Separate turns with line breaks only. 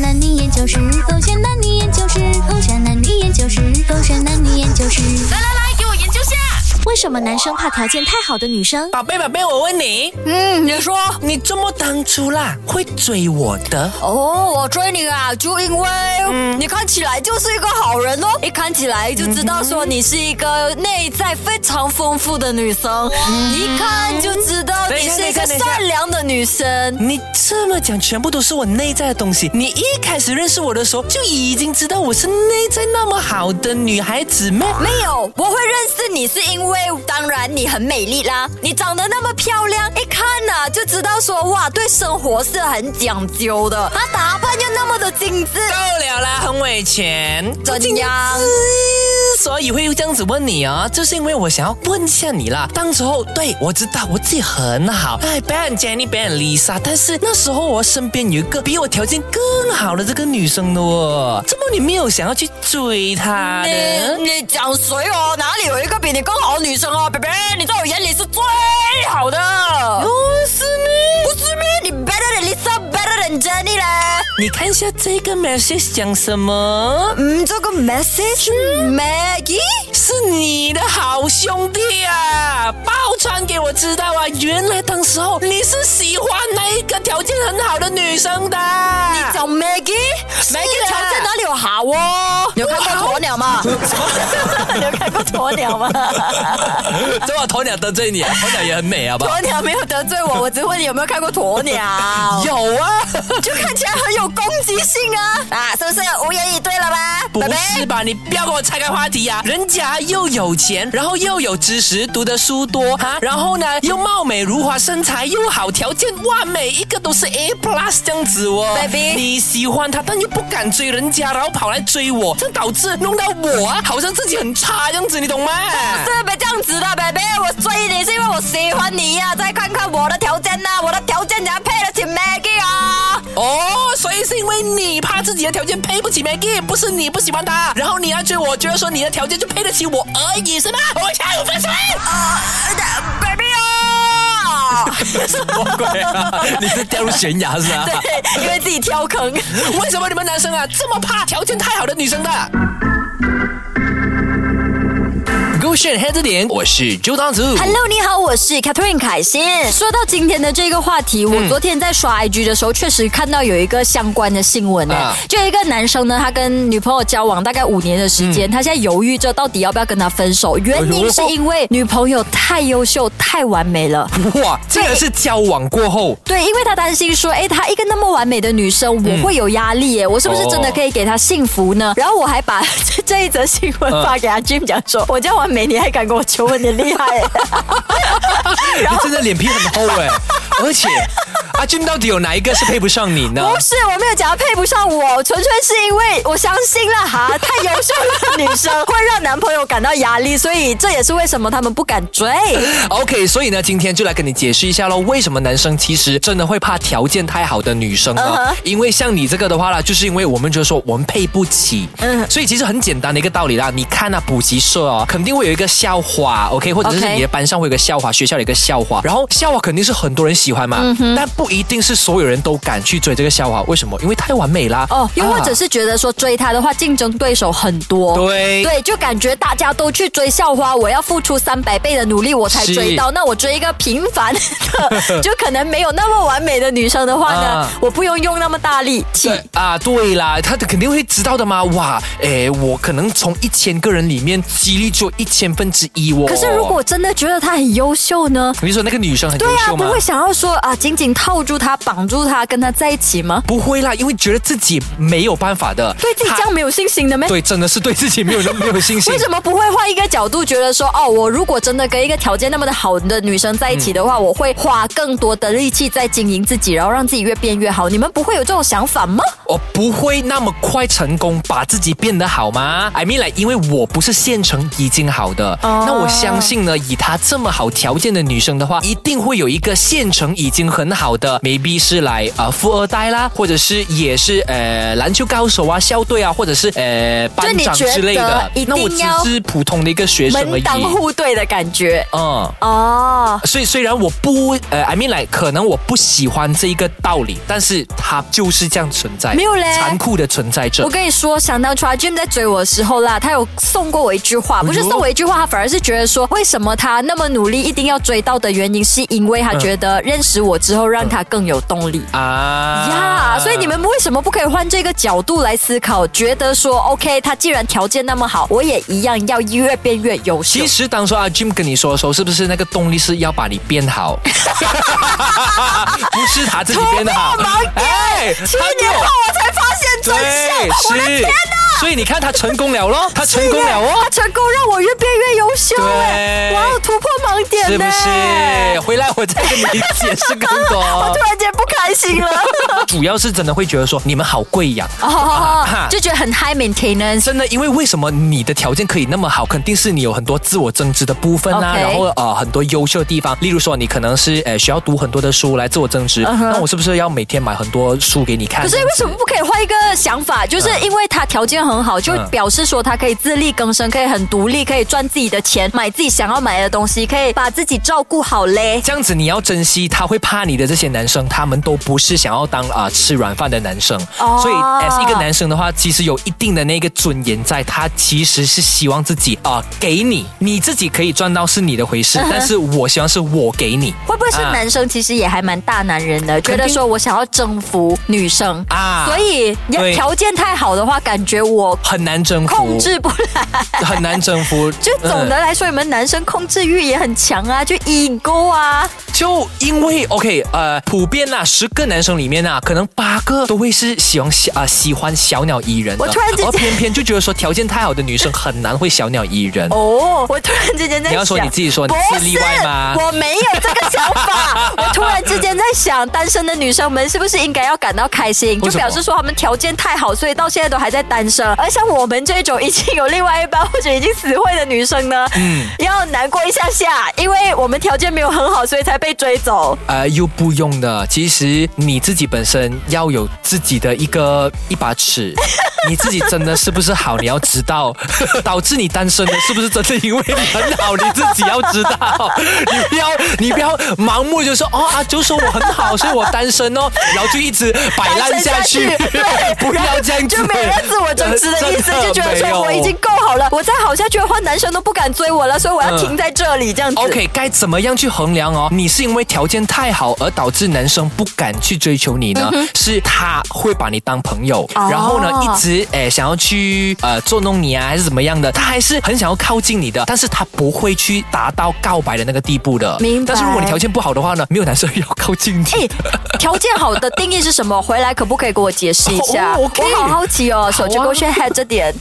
男女研究室，狗血男女研究室，狗血男女研究室，狗血男女研究室。
来来来，给我研究下。
为什么男生怕条件太好的女生？
宝贝，宝贝，我问你，
嗯，你说
你这么当初啦，会追我的？
哦，我追你啊，就因为你看起来就是一个好人哦，一看起来就知道说你是一个内在非常丰富的女生，一看就知道
等一
你
下
是一个
等一下等一下
善良的女生。
你这么讲，全部都是我内在的东西。你一开始认识我的时候，就已经知道我是内在那么好的女孩子吗？
没有，我会认识你是因为，当然你很美丽啦，你长得那么漂亮，一看呐、就知道说哇，对生活是很讲究的，啊，打扮又那么的精致，
够了啦，很伟权。
怎样？
之所以会这样子问你啊，就是因为我想要问一下你啦。当时候，对我知道我自己很好，哎，别人 Jenny，别人 Lisa，但是那时候我身边有一个比我条件更好的这个女生的哦，怎么你没有想要去追她呢？
你你讲谁哦？哪里有一个比你更好的女生哦，贝贝，你在我眼里是最好的。
哦，是吗？
不是咩？你 better than Lisa, better than Jenny 嘞。
你看一下这个 message 讲什么？
嗯，这个 message Maggie，
是你的好兄弟啊，爆传给我知道啊！原来当时候你是喜欢那一个条件很好的女生的。
讲
啊
Maggie，Maggie 条件哪里有好哦？你有看过鸵鸟 吗？你有看过鸵鸟吗？
这我鸵鸟得罪你，鸵鸟也很美，好不好？。
鸵鸟没有得罪我，我只问你有没有看过鸵鸟
有啊，
就看起来很有攻击性啊！啊，是不是无言以对了吧？
不
贝贝
是吧？你不要跟我岔开话题呀、啊！人家又有钱，然后又有知识，读的书多哈，然后呢又貌美如花，身材又好，条件哇，每一个都是 A plus 这样子哦。
Baby
你喜欢他，但又不敢追人家，然后跑来追我，这导致弄到我啊，好像自己很差这样子，你懂吗？
是别这样子的，baby，我追你是因为我喜欢你呀、再看看我的条件呐、我的条件怎样配得起 Maggie 啊？
哦，所以是因为你怕自己的条件配不起 Maggie，不是你不喜欢他，然后你要追我，觉得说你的条件就配得起我而已，是吗？我才有分寸。
啊、b a b y 啊！
什 么鬼啊？你是掉入悬崖是吧？
对，因为自己挑坑。
为什么你们男生啊这么怕条件太好的女生的？勾选黑着点，我是周当主。
Hello，你好，我是 Catherine 凯欣。说到今天的这个话题，我昨天在刷 IG 的时候，确实看到有一个相关的新闻呢、
啊
就有一个男生呢，他跟女朋友交往大概五年的时间，他现在犹豫着到底要不要跟她分手，原因是因为女朋友太优秀、太完美了。
哇，这个是交往过后，
对，因为他担心说，诶，她一个那么完美的女生，我会有压力耶，我是不是真的可以给她幸福呢？然后我还把 这这一则新闻发给阿 Jim 讲说，我叫完美，你还敢跟我求婚，你厉害耶！
你真的脸皮很厚哎，而且。阿俊到底有哪一个是配不上你呢？
不是，我没有讲他配不上我，纯粹是因为我相信了哈，太优秀了的女生会让男朋友感到压力，所以这也是为什么他们不敢追。
OK，所以呢，今天就来跟你解释一下喽，为什么男生其实真的会怕条件太好的女生呢啊
嗯哼
因为像你这个的话啦，就是因为我们觉得说我们配不起，
嗯
所以其实很简单的一个道理啦。你看啊，补习社哦，肯定会有一个校花，OK，或者是
OK
你的班上会有一个校花，学校的一个校花，然后校花肯定是很多人喜欢嘛，
嗯
但不一定是所有人都敢去追这个校花，为什么？因为太完美啦。
哦，又或
啊
者是觉得说追他的话，竞争对手很多。
对
对，就感觉大家都去追校花，我要付出三百倍的努力我才
是
追到。那我追一个平凡的， 就可能没有那么完美的女生的话呢，
啊
我不用用那么大力气。
对 啊，对啦，他肯定会知道的嘛。哇，诶，我可能从一千个人里面几率只有一千分之一哦。
可是如果真的觉得她很优秀呢？
你是说那个女生很优
对呀、
秀
不
吗？
会想要说啊，紧紧套住他，绑住他，跟他在一起吗？
不会啦，因为觉得自己没有办法的，
对自己这
她
样没有信心的咩？
对，真的是对自己没有没有信心
为。什么不会换一个角度，觉得说哦，我如果真的跟一个条件那么的好的女生在一起的话，
嗯
我会花更多的力气在经营自己，然后让自己越变越好？你们不会有这种想法吗？
我不会那么快成功，把自己变得好吗？I mean，like，因为我不是现成已经好的
哦
那我相信呢，以她这么好条件的女生的话，一定会有一个现成已经很好的 maybe 是来呃富二代啦，或者是也是呃篮球高手啊、校队啊，或者是呃班长之类的
就你觉得一定。
那我只
要
是普通的一个学生而
门
已。
当户对的感觉
嗯，
哦。
所以虽然我不呃，I mean like 可能我不喜欢这一个道理，但是它就是这样存在，
没有嘞
残酷的存在着
我。跟你说，想当初啊 Jim 在追我的时候啦，他有送过我一句话，不是
哎呦
送我一句话，他反而是觉得说，为什么他那么努力一定要追到的原因，是因为他觉得认识我之后，让他更有动力。
啊
呀所以你们为什么不可以换这个角度来思考？觉得说，OK，他既然条件那么好，我也一样要越变越优秀
其。实当初阿 Jim 跟你说的时候，是不是那个动力是要把你变好？ 不是他自己变 好
头发盲，
哎，
七
他
年
没有
后我才发现真相，我的
对，是
天，啊
所以你看他成功了咯，他成功了
他
哦，
成功让我越变越优秀哎，
对
哇，我突破盲点
是
呢
不是？回来我再跟你解释更
我
多
突。然间不开心 了，
主要是真的会觉得说你们好贵呀。
哦，就觉得很 high maintenance。
真的，因为为什么你的条件可以那么好，肯定是你有很多自我增值的部分啊
OK
然后呃很多优秀的地方，例如说你可能是呃需要读很多的书来自我增值那我是不是要每天买很多书给你看？
嗯可是为什么不可以换一个想法？就是
嗯
因为他条件很好，就表示说他可以自力更生，可以很独立，可以赚自己的钱，买自己想要买的东西，可以把自己照顾好嘞。
这样子你要珍惜，他会怕你的这些男生，他们都不是想要当啊、吃软饭的男生。
哦
所以 as 一个男生的话，其实有一定的那个尊严在，他其实是希望自己啊、给你，你自己可以赚到是你的回
嗯
事，但是我希望是我给你。
会不会是
啊
男生其实也还蛮大男人的，觉
肯定
得说我想要征服女生
啊
所以
对
条件太好的话，感觉我
很难征服，
控制不来。
很难征服。
就总的
嗯、
来说，你们男生控制欲也很强啊，就 ego 啊，
嗯就因为 OK 呃，普遍呐、十个男生里面呐、可能八个都会是喜欢小啊、喜欢小鸟依人的。
我突然之间
而偏偏就觉得说条件太好的女生很难会小鸟依人。
哦，我突然之间在想，
你要说你自己说你
不
是例外吗
我没有这个想 法。我突然之间在想，单身的女生们是不是应该要感到开心？
为
就
什么
表示说她们条件太好，所以到现在都还在单身。而像我们这种已经有另外一半或者已经死会的女生呢，嗯，要难过一下下，因为我们条件没有很好，所以才被追走。
呃，又不用的。其实你自己本身要有自己的一个一 把尺，你自己真的是不是好，你要知道。 导致你单身的是不是真的因为你很好，你自己要知道。 你不要，你不要盲目就说哦啊，就说我很好，所以我单身哦，然后就一直摆烂下去
单身下。去
不要这样子，
就没有自我增值的意思，
真
就觉得
没有
说我已经够好了，我再好下去的话，男生都不敢追我了，所以我要
嗯
停在这里这样子。
OK，该怎么样去衡量哦？你是因为条件太好而导致男生不敢去追求你呢？是他会把你当朋友，
嗯哦
然后呢一直诶想要去呃捉弄你啊，还是怎么样的？他还是很想要靠近你的，但是他不会去达到告白的那个地步的。
明白
但是如果你条件不好的话呢，没有男生要靠近你。
哎，条件好的定义是什么？回来可不可以给我解释一下？
哦，OK
我好好奇哦，手机
好啊
勾选 head 这点